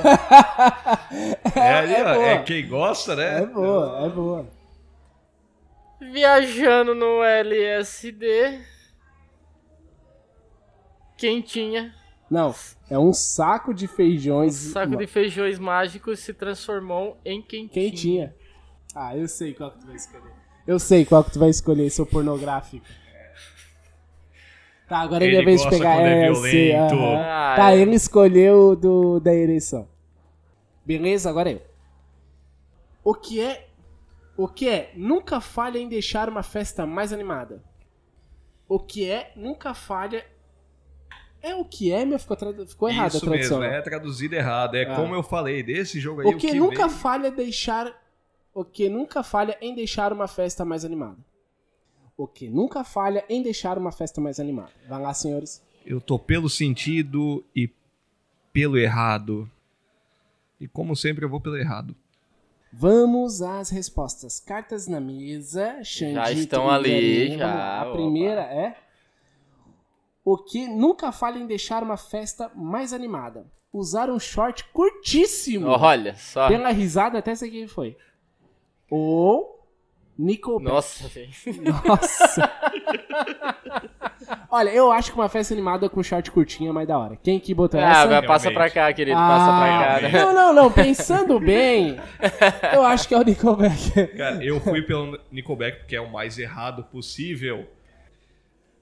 [SPEAKER 5] É, ali, ó,
[SPEAKER 3] boa.
[SPEAKER 5] é quem gosta, né?
[SPEAKER 3] É boa, é boa.
[SPEAKER 4] Viajando no LSD. Quentinha.
[SPEAKER 3] Não, é um saco de feijões.
[SPEAKER 4] Saco de feijões mágicos se transformou em quentinha.
[SPEAKER 3] Quentinha. Ah, eu sei qual que tu vai escolher. Eu sei qual que tu vai escolher, seu pornográfico. Tá, agora
[SPEAKER 5] Ele
[SPEAKER 3] ele vez de
[SPEAKER 5] gosta
[SPEAKER 3] pegar
[SPEAKER 5] quando é
[SPEAKER 3] eu sei,
[SPEAKER 5] violento.
[SPEAKER 3] aham.
[SPEAKER 4] Ah,
[SPEAKER 3] Tá,
[SPEAKER 4] é.
[SPEAKER 3] ele escolheu o do da ereção. Beleza, agora eu. O que é. O que é? Nunca falha em deixar uma festa mais animada. O que é? Nunca falha. É o que é, meu? Ficou, tra... Ficou errado
[SPEAKER 5] Isso
[SPEAKER 3] a tradução.
[SPEAKER 5] mesmo,
[SPEAKER 3] né?
[SPEAKER 5] é traduzido errado. É
[SPEAKER 3] Ah.
[SPEAKER 5] como eu falei, desse jogo aí.
[SPEAKER 3] O que nunca
[SPEAKER 5] vem-
[SPEAKER 3] falha é deixar. O que nunca falha em deixar uma festa mais animada. O que nunca falha em deixar uma festa mais animada. Vai lá, senhores.
[SPEAKER 5] Eu tô pelo sentido e pelo errado. E como sempre, eu vou pelo errado.
[SPEAKER 3] Vamos às respostas. Cartas na mesa. Xandito,
[SPEAKER 4] Já estão ali,
[SPEAKER 3] Guilherme,
[SPEAKER 4] já,
[SPEAKER 3] vamos lá. A
[SPEAKER 4] opa.
[SPEAKER 3] primeira é. O que nunca falha em deixar uma festa mais animada. Usar um short curtíssimo.
[SPEAKER 4] Olha só.
[SPEAKER 3] Pela risada, até sei quem foi. Ou. Nicole
[SPEAKER 4] Nossa, gente.
[SPEAKER 3] Nossa! [LAUGHS] Olha, eu acho que uma festa animada com short curtinho é mais da hora. Quem que botou
[SPEAKER 4] [LAUGHS] Ah,
[SPEAKER 3] essa?
[SPEAKER 4] vai, passa pra
[SPEAKER 5] Realmente.
[SPEAKER 4] cá, querido. Passa
[SPEAKER 3] Ah,
[SPEAKER 4] pra cá. né?
[SPEAKER 3] Não, não, não. Pensando bem, eu acho que é o Nickelback.
[SPEAKER 5] Cara, eu fui pelo Nickelback porque é o mais errado possível.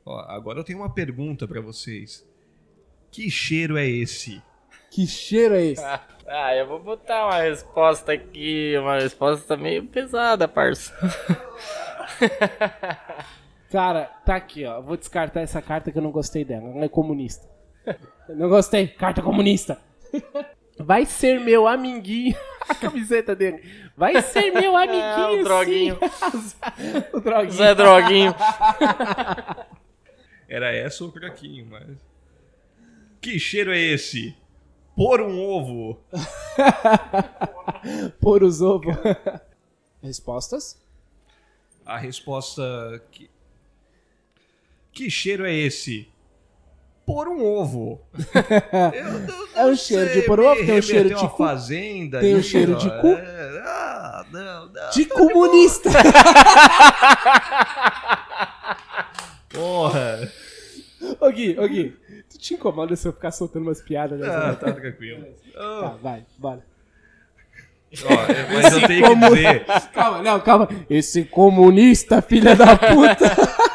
[SPEAKER 5] Ó, agora eu tenho uma pergunta pra vocês. Que cheiro é esse?
[SPEAKER 3] Que cheiro é esse?
[SPEAKER 4] [LAUGHS] Ah, eu vou botar uma resposta aqui, uma resposta meio pesada, parça.
[SPEAKER 3] Cara, tá aqui, ó. Vou descartar essa carta que eu não gostei dela. Ela é comunista. Eu não gostei. Carta comunista. Vai ser meu amiguinho. [LAUGHS] A camiseta dele. Vai ser meu amiguinho.
[SPEAKER 4] É, o droguinho.
[SPEAKER 3] sim. [LAUGHS] o droguinho.
[SPEAKER 4] Zé Droguinho.
[SPEAKER 5] Era essa ou craquinho, mas. Que cheiro é esse? Por um ovo.
[SPEAKER 3] [LAUGHS] Por os ovos. Respostas?
[SPEAKER 5] A resposta. Que, que cheiro é esse? Por
[SPEAKER 3] [LAUGHS]
[SPEAKER 5] um ovo. Eu não-
[SPEAKER 3] É um
[SPEAKER 5] não
[SPEAKER 3] cheiro
[SPEAKER 5] sei,
[SPEAKER 3] de por ovo,
[SPEAKER 5] me
[SPEAKER 3] tem um cheiro
[SPEAKER 5] remeteu
[SPEAKER 3] de
[SPEAKER 5] a
[SPEAKER 3] cu.
[SPEAKER 5] fazenda
[SPEAKER 3] Tem um
[SPEAKER 5] ali,
[SPEAKER 3] cheiro
[SPEAKER 5] ó.
[SPEAKER 3] de cu.
[SPEAKER 5] É, ah, não, não.
[SPEAKER 3] De comunista.
[SPEAKER 5] Porra.
[SPEAKER 3] [LAUGHS] ô Gui, ô Gui. Tu te incomoda se eu ficar soltando umas piadas? dessa?
[SPEAKER 5] Ah, tá tranquilo.
[SPEAKER 3] Tá,
[SPEAKER 5] Ah,
[SPEAKER 3] vai, bora.
[SPEAKER 5] [LAUGHS]
[SPEAKER 3] [LAUGHS]
[SPEAKER 5] ó, mas eu tenho
[SPEAKER 3] é?
[SPEAKER 5] que dizer.
[SPEAKER 3] Calma, não, calma. Esse comunista, filha da puta. [LAUGHS]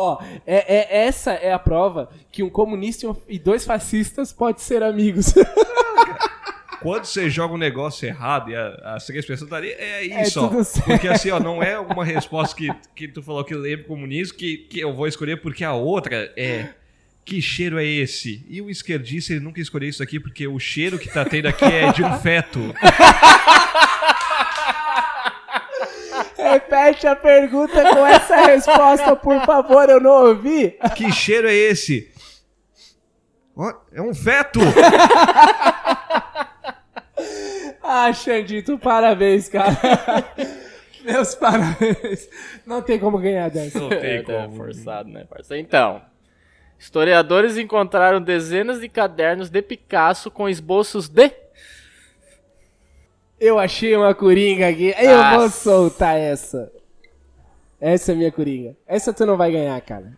[SPEAKER 3] Ó, é, é- essa é a prova que um comunista e um- e dois fascistas podem ser amigos. [LAUGHS]
[SPEAKER 5] Quando você joga um negócio errado e a- as três pessoas estariam, é
[SPEAKER 3] É
[SPEAKER 5] isso, ó.
[SPEAKER 3] tudo certo.
[SPEAKER 5] Porque assim, ó, não é uma resposta que, que tu falou que lembra comunista que, que eu vou escolher, porque a outra é. Que cheiro é esse? E o esquerdista ele nunca escolheu isso aqui porque o cheiro que tá tendo aqui é de um feto.
[SPEAKER 3] Repete a pergunta com essa resposta, por favor, eu não ouvi.
[SPEAKER 5] Que cheiro é esse? Ó, é um feto!
[SPEAKER 3] Ah, Xandito, parabéns, cara. Meus parabéns. Não tem como ganhar dessa.
[SPEAKER 5] Não
[SPEAKER 4] [LAUGHS] É, tá forçado, né, parça? Então, historiadores encontraram dezenas de cadernos de Picasso com esboços de.
[SPEAKER 3] Eu achei uma coringa aqui. Eu vou
[SPEAKER 4] Nossa.
[SPEAKER 3] soltar essa. Essa é minha coringa. Essa tu não vai ganhar, cara.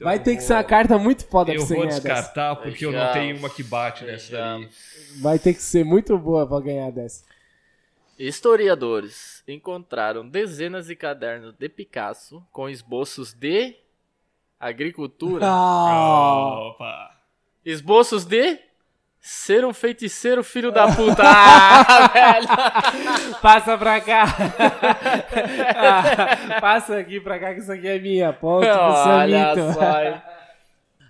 [SPEAKER 3] vai ter que ser uma carta muito foda pra
[SPEAKER 5] Então Eu
[SPEAKER 3] você
[SPEAKER 5] vou
[SPEAKER 3] ganhar dessa.
[SPEAKER 5] descartar porque eu não
[SPEAKER 4] Fechamos.
[SPEAKER 5] tenho uma que bate nessa daí.
[SPEAKER 3] Vai ter que ser muito boa pra ganhar dessa.
[SPEAKER 4] Historiadores encontraram dezenas de cadernos de Picasso com esboços de. Agricultura.
[SPEAKER 3] Ah,
[SPEAKER 5] Opa!
[SPEAKER 4] Esboços de. Ser um feiticeiro, filho da puta. Ah, velho.
[SPEAKER 3] passa pra cá. [LAUGHS] Ah, passa aqui pra cá que isso aqui é minha. Ponto é pro
[SPEAKER 4] Olha
[SPEAKER 3] Samito.
[SPEAKER 4] só, hein?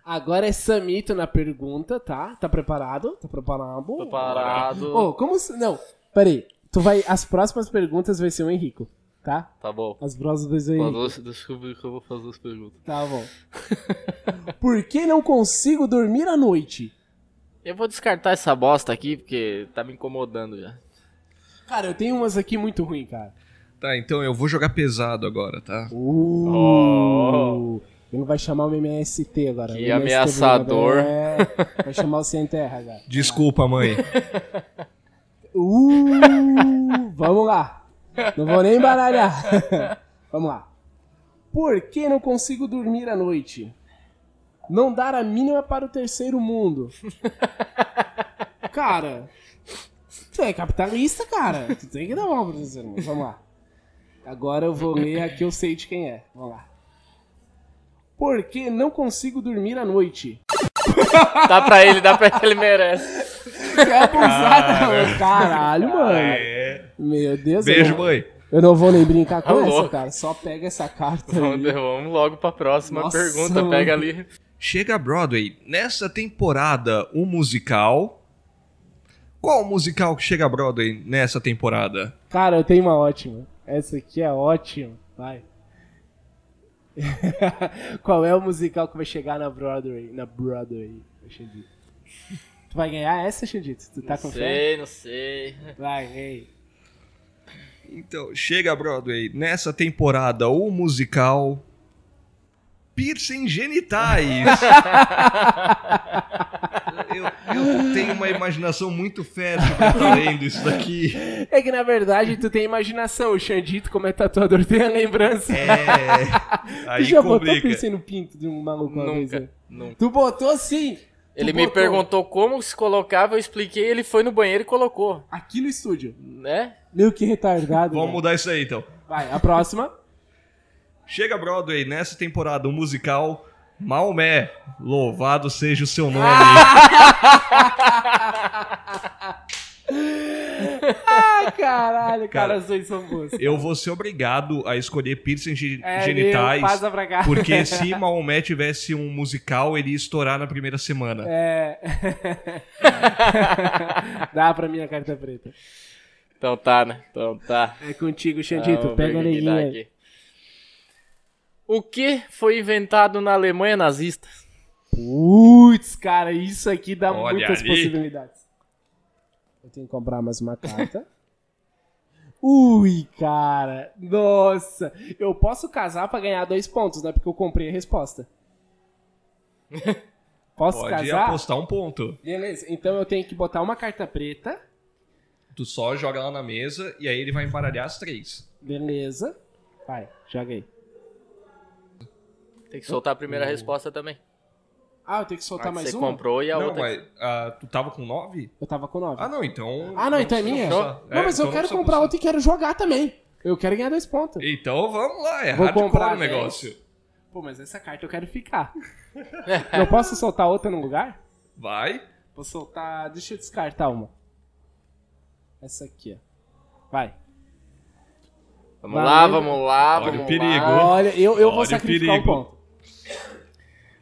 [SPEAKER 3] Agora é Samito na pergunta, tá? Tá preparado? Tá preparado?
[SPEAKER 4] Preparado.
[SPEAKER 3] Ô, como se... Não, peraí. Tu vai... As próximas perguntas vai ser o Henrico, tá?
[SPEAKER 4] Tá bom.
[SPEAKER 3] As próximas vai ser o Henrico.
[SPEAKER 4] Falou, deixa eu ver que eu vou fazer as perguntas.
[SPEAKER 3] Tá bom. [LAUGHS] Por que não consigo dormir à noite?
[SPEAKER 4] Eu vou descartar essa bosta aqui porque tá me incomodando já.
[SPEAKER 3] Cara, eu tenho umas aqui muito ruins, cara.
[SPEAKER 5] Tá, então eu vou jogar pesado agora, tá?
[SPEAKER 3] Uh,
[SPEAKER 4] Oh.
[SPEAKER 3] Ele vai chamar o MST agora. O
[SPEAKER 4] Que
[SPEAKER 3] MST
[SPEAKER 4] ameaçador.
[SPEAKER 3] vai- É, vai chamar o Sem Terra agora.
[SPEAKER 5] Desculpa, mãe.
[SPEAKER 3] [LAUGHS] Uh, vamos lá. Não vou nem embaralhar. [LAUGHS] vamos lá. Por que não consigo dormir à noite? Não dar a mínima para o terceiro mundo. Cara, tu é capitalista, cara. Tu tem que dar uma para o terceiro mundo. Vamos lá. Agora eu vou ler a que eu sei de quem é. Vamos lá. Por que não consigo dormir à noite?
[SPEAKER 4] Dá pra ele, dá pra ele, ele merece.
[SPEAKER 3] Tu é abusada, mano. Caralho, mano.
[SPEAKER 5] É.
[SPEAKER 3] Meu Deus eu
[SPEAKER 5] Beijo,
[SPEAKER 3] não-
[SPEAKER 5] mãe.
[SPEAKER 3] Eu não vou nem brincar com
[SPEAKER 4] Tá
[SPEAKER 3] essa,
[SPEAKER 4] louco.
[SPEAKER 3] cara. Só pega essa carta
[SPEAKER 4] Vamos,
[SPEAKER 3] aí.
[SPEAKER 4] vamos logo pra próxima
[SPEAKER 3] Nossa,
[SPEAKER 4] pergunta.
[SPEAKER 3] mano.
[SPEAKER 4] Pega ali.
[SPEAKER 5] Chega a Broadway. Nessa temporada, o musical. Qual musical que chega a Broadway nessa temporada?
[SPEAKER 3] Cara, eu tenho uma ótima. Essa aqui é ótima. Vai. [LAUGHS] Qual é o musical que vai chegar na Broadway? Na Broadway, Xandito. Tu vai ganhar essa, Xandito? Tu tá com
[SPEAKER 4] não
[SPEAKER 3] fé?
[SPEAKER 4] sei, não sei.
[SPEAKER 3] Vai, ei. [LAUGHS]
[SPEAKER 5] Então, chega a Broadway. Nessa temporada, o musical.
[SPEAKER 3] [LAUGHS]
[SPEAKER 5] Piercing genitais. Eu, eu tenho uma imaginação
[SPEAKER 3] [LAUGHS]
[SPEAKER 5] muito fértil pra estar lendo isso daqui.
[SPEAKER 3] É que na verdade tu tem imaginação. O Xandito, como é tatuador, tem a lembrança.
[SPEAKER 5] É.
[SPEAKER 3] tu
[SPEAKER 5] Aí
[SPEAKER 3] já botou
[SPEAKER 5] complica.
[SPEAKER 3] piercing no pinto de um maluco uma vez,
[SPEAKER 4] Nunca,
[SPEAKER 3] né?
[SPEAKER 5] nunca.
[SPEAKER 3] Tu botou sim. Tu
[SPEAKER 4] Ele me
[SPEAKER 3] botou.
[SPEAKER 4] perguntou como se colocava, eu expliquei, ele foi no banheiro e colocou,
[SPEAKER 3] Aqui no estúdio.
[SPEAKER 4] né?
[SPEAKER 3] Meu que retardado.
[SPEAKER 5] Vamos
[SPEAKER 3] né?
[SPEAKER 5] mudar isso aí então.
[SPEAKER 3] Vai, a próxima.
[SPEAKER 5] Chega Broadway nessa temporada o musical Maomé. Louvado seja o seu
[SPEAKER 3] [LAUGHS]
[SPEAKER 5] nome.
[SPEAKER 3] [LAUGHS] Ai, caralho, cara,
[SPEAKER 5] Cara,
[SPEAKER 3] as duas são boas.
[SPEAKER 5] Eu vou ser obrigado a escolher piercing ge-
[SPEAKER 3] É,
[SPEAKER 5] genitais.
[SPEAKER 3] meu, passa pra cá. [LAUGHS]
[SPEAKER 5] Porque se Maomé tivesse um musical, ele ia estourar na primeira semana.
[SPEAKER 3] É. [LAUGHS] Dá pra minha carta preta.
[SPEAKER 4] Então tá, né? Então tá.
[SPEAKER 3] É contigo,
[SPEAKER 4] Ah,
[SPEAKER 3] Xandito.
[SPEAKER 4] vou
[SPEAKER 3] Pega a
[SPEAKER 4] ver o que dá
[SPEAKER 3] neguinha. aí.
[SPEAKER 4] aqui. O que foi inventado na Alemanha nazista?
[SPEAKER 3] Putz, cara, isso aqui dá
[SPEAKER 5] Olha
[SPEAKER 3] muitas
[SPEAKER 5] ali.
[SPEAKER 3] possibilidades. Eu tenho que comprar mais uma carta. [LAUGHS] Ui, cara. Nossa. Eu posso casar pra ganhar dois pontos, né? Porque eu comprei a resposta.
[SPEAKER 5] [LAUGHS]
[SPEAKER 3] Posso
[SPEAKER 5] Pode
[SPEAKER 3] casar?
[SPEAKER 5] apostar um ponto.
[SPEAKER 3] Beleza. Então eu tenho que botar uma carta preta.
[SPEAKER 5] Tu só joga lá na mesa e aí ele vai embaralhar as três.
[SPEAKER 3] Beleza. Vai, joga aí.
[SPEAKER 4] Tem que soltar a primeira resposta também.
[SPEAKER 3] Ah, eu tenho que soltar
[SPEAKER 4] A que
[SPEAKER 3] mais
[SPEAKER 4] você
[SPEAKER 3] uma?
[SPEAKER 4] comprou e a
[SPEAKER 5] não,
[SPEAKER 4] outra.
[SPEAKER 5] mas ah, tu tava com nove?
[SPEAKER 3] Eu tava com nove.
[SPEAKER 5] Ah,
[SPEAKER 3] Ah,
[SPEAKER 5] não, então.
[SPEAKER 3] não, então é minha?
[SPEAKER 5] precisa
[SPEAKER 3] Não,
[SPEAKER 5] apostar.
[SPEAKER 3] mas
[SPEAKER 5] É, então
[SPEAKER 3] eu
[SPEAKER 5] não
[SPEAKER 3] quero
[SPEAKER 5] precisa
[SPEAKER 3] comprar
[SPEAKER 5] apostar.
[SPEAKER 3] outra e quero jogar também. Eu quero ganhar dois pontos.
[SPEAKER 5] Então vamos lá, é
[SPEAKER 3] Vou
[SPEAKER 5] hardcore
[SPEAKER 3] comprar
[SPEAKER 5] o
[SPEAKER 3] dez.
[SPEAKER 5] negócio.
[SPEAKER 3] Pô, mas essa carta eu quero ficar. eu posso soltar outra no lugar?
[SPEAKER 5] Vai.
[SPEAKER 3] Vou soltar. Deixa eu descartar uma. Essa aqui, ó. Vai.
[SPEAKER 4] Vamos lá,
[SPEAKER 3] Valeu.
[SPEAKER 4] vamos lá,
[SPEAKER 5] Olha
[SPEAKER 4] vamos
[SPEAKER 5] o perigo.
[SPEAKER 4] lá.
[SPEAKER 3] Olha, eu, eu vou
[SPEAKER 5] Olha o
[SPEAKER 3] sacrificar um
[SPEAKER 5] perigo.
[SPEAKER 3] ponto.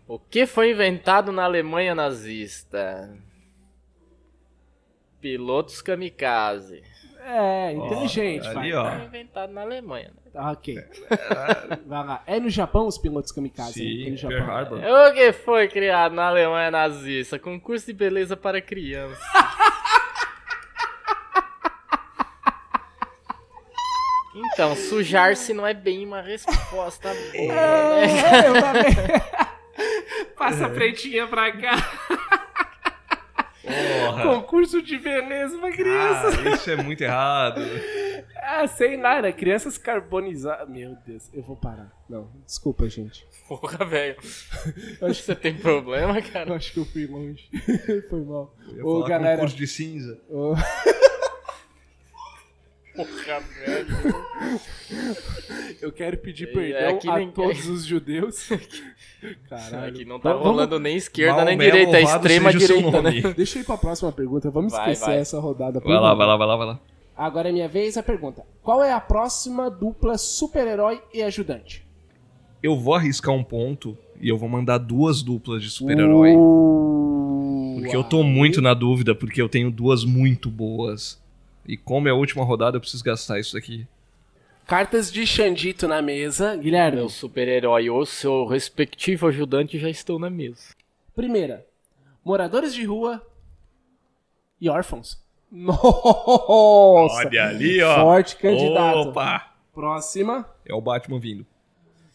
[SPEAKER 4] O que foi inventado na Alemanha nazista? Pilotos kamikaze.
[SPEAKER 3] É, inteligente,
[SPEAKER 5] ali,
[SPEAKER 3] vai.
[SPEAKER 5] ó.
[SPEAKER 4] Foi inventado na Alemanha. né?
[SPEAKER 3] Tá, Ok. vai lá. É no Japão os pilotos kamikaze? né? É
[SPEAKER 5] Sim,
[SPEAKER 3] no
[SPEAKER 5] Pearl
[SPEAKER 3] Japão.
[SPEAKER 5] Harbor.
[SPEAKER 4] O que foi criado na Alemanha nazista? Concurso de beleza para criança. Então, sujar-se não é bem uma resposta boa, né?
[SPEAKER 3] É, eu É. também. [LAUGHS] Passa a pretinha pra [LAUGHS] cá.
[SPEAKER 5] Porra.
[SPEAKER 3] Concurso de beleza pra criança.
[SPEAKER 5] Ah, isso é muito errado.
[SPEAKER 3] Ah, sei lá, era crianças carbonizadas. Meu Deus, eu vou parar. Não, desculpa, gente.
[SPEAKER 4] Porra, velho. Você tem problema, cara?
[SPEAKER 3] Eu acho que eu fui longe. [LAUGHS] Foi mal.
[SPEAKER 5] Eu ia
[SPEAKER 3] Ô,
[SPEAKER 5] falar
[SPEAKER 3] galera.
[SPEAKER 5] concurso de cinza.
[SPEAKER 3] ô,
[SPEAKER 4] Porra, velho.
[SPEAKER 3] Eu quero pedir
[SPEAKER 4] É,
[SPEAKER 3] perdão
[SPEAKER 4] é que
[SPEAKER 3] a
[SPEAKER 4] nem-
[SPEAKER 3] todos os judeus. Caralho.
[SPEAKER 4] [LAUGHS] Aqui não tá
[SPEAKER 3] Vamos-
[SPEAKER 4] rolando nem esquerda nem
[SPEAKER 5] Maomé,
[SPEAKER 4] direita, é
[SPEAKER 5] louvado
[SPEAKER 4] extrema
[SPEAKER 5] seja o seu
[SPEAKER 4] direita, né?
[SPEAKER 5] nome.
[SPEAKER 3] Deixa eu ir pra próxima pergunta. Vamos
[SPEAKER 4] Vai,
[SPEAKER 3] esquecer
[SPEAKER 4] vai.
[SPEAKER 3] essa rodada. por
[SPEAKER 5] [LAUGHS] Vai lá,
[SPEAKER 3] favor.
[SPEAKER 5] vai lá, vai lá, vai lá.
[SPEAKER 3] Agora é minha vez a pergunta. Qual é a próxima dupla super-herói e ajudante?
[SPEAKER 5] Eu vou arriscar um ponto e eu vou mandar duas duplas de super-herói.
[SPEAKER 3] Uh,
[SPEAKER 5] Porque eu tô muito na dúvida, porque eu tenho duas muito boas. E como é a última rodada, eu preciso gastar isso daqui.
[SPEAKER 3] Cartas de Xandito na mesa. Guilherme.
[SPEAKER 4] Meu É super-herói ou seu respectivo ajudante já estão na mesa.
[SPEAKER 3] Primeira, moradores de rua e órfãos. [LAUGHS] Nossa!
[SPEAKER 5] ali,
[SPEAKER 3] Forte candidato.
[SPEAKER 5] Opa!
[SPEAKER 3] Próxima,
[SPEAKER 5] É o Batman vindo.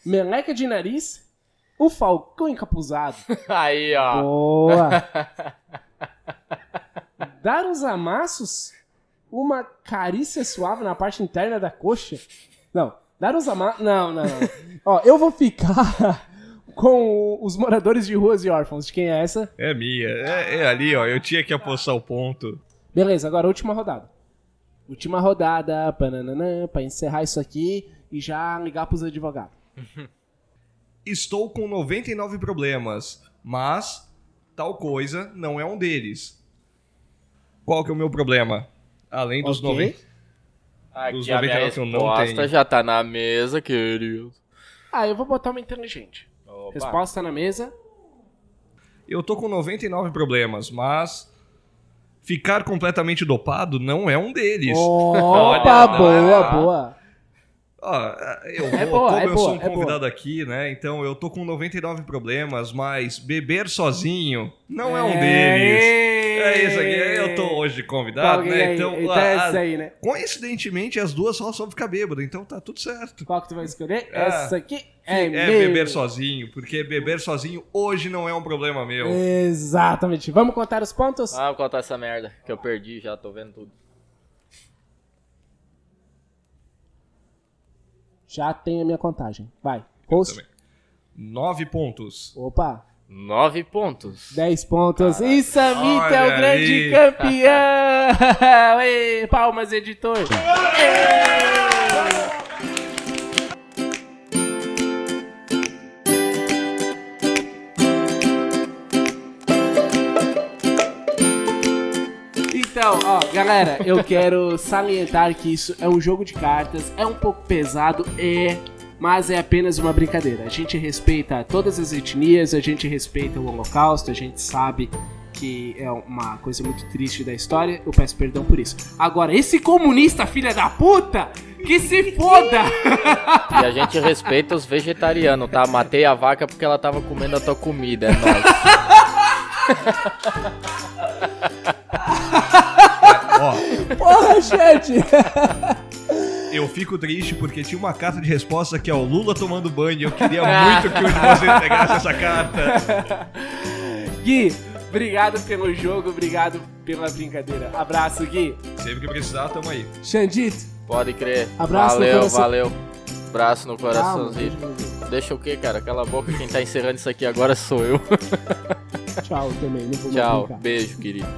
[SPEAKER 3] meleca de nariz, o falcão encapuzado.
[SPEAKER 4] [LAUGHS] Aí, ó.
[SPEAKER 3] Boa! [LAUGHS] Dar uns amassos, uma carícia suave na parte interna da coxa. Não, dar uns amassos. Não, não, não. [LAUGHS] Ó, eu vou ficar [LAUGHS] com os moradores de ruas e órfãos. De quem é essa?
[SPEAKER 5] É minha. É, é ali, ó. Eu tinha que apostar o ponto.
[SPEAKER 3] Beleza, agora a última rodada. Última rodada, pananã, pra encerrar isso aqui e já ligar pros advogados.
[SPEAKER 5] Estou com 99 problemas, mas tal coisa não é um deles. Qual que é o meu problema? Além dos
[SPEAKER 3] Ok.
[SPEAKER 5] 90. Os
[SPEAKER 4] Aqui a minha
[SPEAKER 5] 99 que eu não tenho.
[SPEAKER 4] resposta já tá na mesa, querido.
[SPEAKER 3] Ah, eu vou botar uma inteligente. Resposta na mesa.
[SPEAKER 5] Eu tô com 99 problemas, mas ficar completamente dopado não é um deles.
[SPEAKER 3] Opa,
[SPEAKER 5] não,
[SPEAKER 3] boa,
[SPEAKER 5] é-
[SPEAKER 3] boa.
[SPEAKER 5] Ó, eu vou,
[SPEAKER 3] É boa,
[SPEAKER 5] como
[SPEAKER 3] é
[SPEAKER 5] eu
[SPEAKER 3] boa,
[SPEAKER 5] sou um
[SPEAKER 3] é boa.
[SPEAKER 5] convidado aqui, né? Então eu tô
[SPEAKER 3] É um
[SPEAKER 5] com 99 problemas, mas beber sozinho não é, um deles. É isso aqui, eu tô hoje
[SPEAKER 3] Tá
[SPEAKER 5] convidado,
[SPEAKER 3] alguém
[SPEAKER 5] né?
[SPEAKER 3] aí.
[SPEAKER 5] Então,
[SPEAKER 3] Então
[SPEAKER 5] a-
[SPEAKER 3] é
[SPEAKER 5] a-
[SPEAKER 3] essa aí, né?
[SPEAKER 5] coincidentemente, as duas falam sobre ficar bêbado, então tá tudo certo.
[SPEAKER 3] Qual que tu vai escolher?
[SPEAKER 5] Ah.
[SPEAKER 3] Essa aqui é,
[SPEAKER 5] É
[SPEAKER 3] meu.
[SPEAKER 5] beber sozinho, porque beber sozinho hoje não é um problema meu.
[SPEAKER 3] Exatamente. Vamos contar os pontos?
[SPEAKER 4] Ah, vou contar essa merda, que eu perdi já, tô vendo tudo.
[SPEAKER 3] Já tenho a minha contagem. Vai. Host.
[SPEAKER 5] Nove pontos.
[SPEAKER 3] Opa.
[SPEAKER 4] Nove pontos.
[SPEAKER 3] 10 pontos. E Samita é
[SPEAKER 5] Olha
[SPEAKER 3] o grande
[SPEAKER 5] aí.
[SPEAKER 3] campeão. [LAUGHS] Ê, palmas, editor. Então, ó, galera, eu quero salientar que isso é um jogo de cartas, é um pouco pesado, é, mas é apenas uma brincadeira. A gente respeita todas as etnias, a gente respeita o Holocausto, a gente sabe que é uma coisa muito triste da história, eu peço perdão por isso. Agora, esse comunista filha da puta, que se foda!
[SPEAKER 4] E a gente respeita os vegetarianos, tá? Matei a vaca porque ela tava comendo a tua comida, é nóis.
[SPEAKER 5] Ó,
[SPEAKER 3] [LAUGHS] Porra, gente!
[SPEAKER 5] eu fico triste porque tinha uma carta de resposta que é o Lula tomando banho e eu queria muito que o de vocês pegasse essa carta.
[SPEAKER 3] [LAUGHS] Gui, obrigado pelo jogo, obrigado pela brincadeira. Abraço, Gui.
[SPEAKER 5] Sempre que precisar, tamo aí.
[SPEAKER 3] Xandito.
[SPEAKER 4] Pode crer.
[SPEAKER 3] Abraço no
[SPEAKER 4] valeu,
[SPEAKER 3] coração.
[SPEAKER 4] valeu. Abraço no
[SPEAKER 3] Calma.
[SPEAKER 4] coraçãozinho. Deixa o quê, cara? Cala a boca, quem tá encerrando isso aqui agora sou eu. [LAUGHS]
[SPEAKER 3] Tchau também, não vou mais
[SPEAKER 4] Tchau,
[SPEAKER 3] brincar.
[SPEAKER 4] beijo, querido.